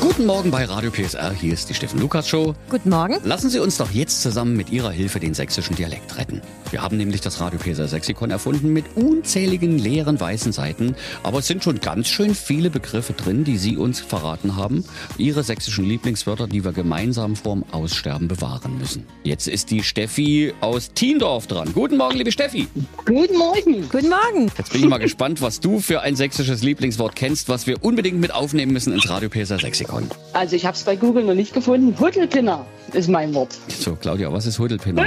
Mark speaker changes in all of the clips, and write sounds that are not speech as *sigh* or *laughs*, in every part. Speaker 1: Guten Morgen bei Radio PSR, hier ist die Steffen Lukas Show.
Speaker 2: Guten Morgen.
Speaker 1: Lassen Sie uns doch jetzt zusammen mit Ihrer Hilfe den sächsischen Dialekt retten. Wir haben nämlich das Radio PSR Sexikon erfunden mit unzähligen leeren weißen Seiten, aber es sind schon ganz schön viele Begriffe drin, die Sie uns verraten haben, Ihre sächsischen Lieblingswörter, die wir gemeinsam vorm Aussterben bewahren müssen. Jetzt ist die Steffi aus Tiendorf dran. Guten Morgen, liebe Steffi.
Speaker 3: Guten Morgen.
Speaker 2: Guten Morgen.
Speaker 1: Jetzt bin ich mal *laughs* gespannt, was du für ein sächsisches Lieblingswort kennst, was wir unbedingt mit aufnehmen müssen ins Radio PSR Sexikon.
Speaker 3: Also ich habe es bei Google noch nicht gefunden. Huddelpinner ist mein Wort.
Speaker 1: So, Claudia, was ist Hudelpinner?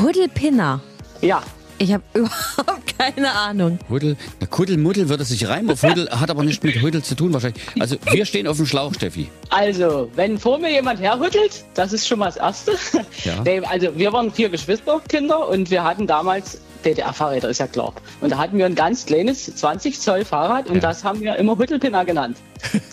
Speaker 2: Huddelpinner.
Speaker 3: Ja.
Speaker 2: Ich habe *laughs* überhaupt keine Ahnung.
Speaker 1: Huddel, na Kuddelmuddel würde sich reimen auf Huddel, hat aber nichts mit Huddel zu tun wahrscheinlich. Also wir stehen auf dem Schlauch, Steffi.
Speaker 3: Also, wenn vor mir jemand herrüttelt, das ist schon mal das Erste.
Speaker 1: Ja.
Speaker 3: *laughs* Nee, Also, wir waren vier Geschwisterkinder und wir hatten damals DDR-Fahrräder, ist ja klar. Und da hatten wir ein ganz kleines 20-Zoll-Fahrrad und
Speaker 1: Ja.
Speaker 3: das haben wir immer Huddelpinner genannt.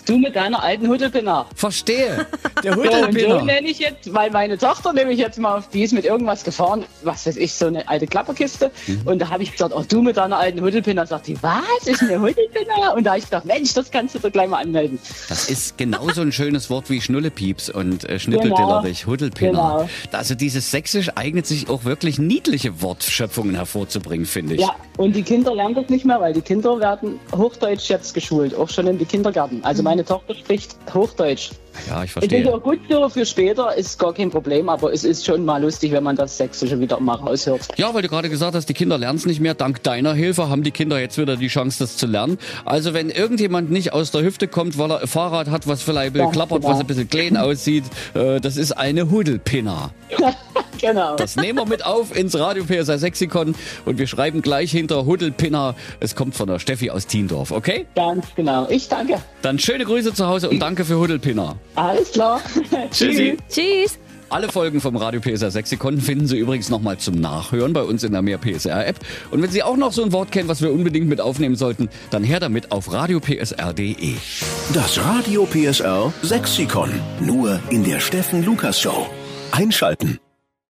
Speaker 3: Du mit deiner alten Huddelpinner.
Speaker 1: Verstehe. Der
Speaker 3: So, und so
Speaker 1: Hudelpinner.
Speaker 3: nenne ich jetzt, weil meine Tochter nehme ich jetzt mal auf, die ist mit irgendwas gefahren, was weiß ich, so eine alte Klapperkiste.
Speaker 1: Mhm.
Speaker 3: Und da habe ich gesagt, auch du mit deiner alten Huddelpinner. Sagt die, was ist eine Huddelpinner? Und da habe ich gedacht, Mensch, das kannst du doch gleich mal anmelden.
Speaker 1: Das ist genauso ein schönes Wort wie Schnullepieps und äh, Schnippeldillerich,
Speaker 3: Genau.
Speaker 1: Hudelpinner.
Speaker 3: Genau.
Speaker 1: Also dieses Sächsisch eignet sich auch wirklich niedliche Wortschöpfungen hervorzubringen, finde ich.
Speaker 3: Ja, und die Kinder lernen das nicht mehr, weil die Kinder werden Hochdeutsch jetzt geschult, auch schon in die Kindergärten. Also meine Tochter spricht Hochdeutsch.
Speaker 1: ja ich
Speaker 3: Es
Speaker 1: Mhm. verstehe.
Speaker 3: ist auch gut so, für später ist gar kein Problem, aber es ist schon mal lustig, wenn man das Sächsische wieder mal raushört.
Speaker 1: Ja, weil du gerade gesagt hast, die Kinder lernen es nicht mehr. Dank deiner Hilfe haben die Kinder jetzt wieder die Chance, das zu lernen. Also wenn irgendjemand nicht aus der Hüfte kommt, weil er ein Fahrrad hat, was vielleicht
Speaker 3: Ja,
Speaker 1: klappert,
Speaker 3: genau.
Speaker 1: was ein bisschen klein aussieht, äh, das ist eine Hudelpinner.
Speaker 3: Genau.
Speaker 1: Das nehmen wir mit auf ins Radio PSA Sexikon und wir schreiben gleich hinter Hudelpinner. Es kommt von der Steffi aus Tiendorf, okay?
Speaker 3: Ganz genau. Ich danke.
Speaker 1: Dann schöne Grüße zu Hause und danke für Hudelpinner.
Speaker 3: Alles klar.
Speaker 1: *laughs*
Speaker 3: *laughs*
Speaker 1: Tschüssi.
Speaker 2: Tschüss.
Speaker 1: Alle Folgen vom Radio PSR Sexikon finden Sie übrigens nochmal zum Nachhören bei uns in der Mehr PSR App. Und wenn Sie auch noch so ein Wort kennen, was wir unbedingt mit aufnehmen sollten, dann her damit auf radiopsr.de.
Speaker 4: Das Radio PSR Sexikon. Nur in der Steffen Lukas Show. Einschalten.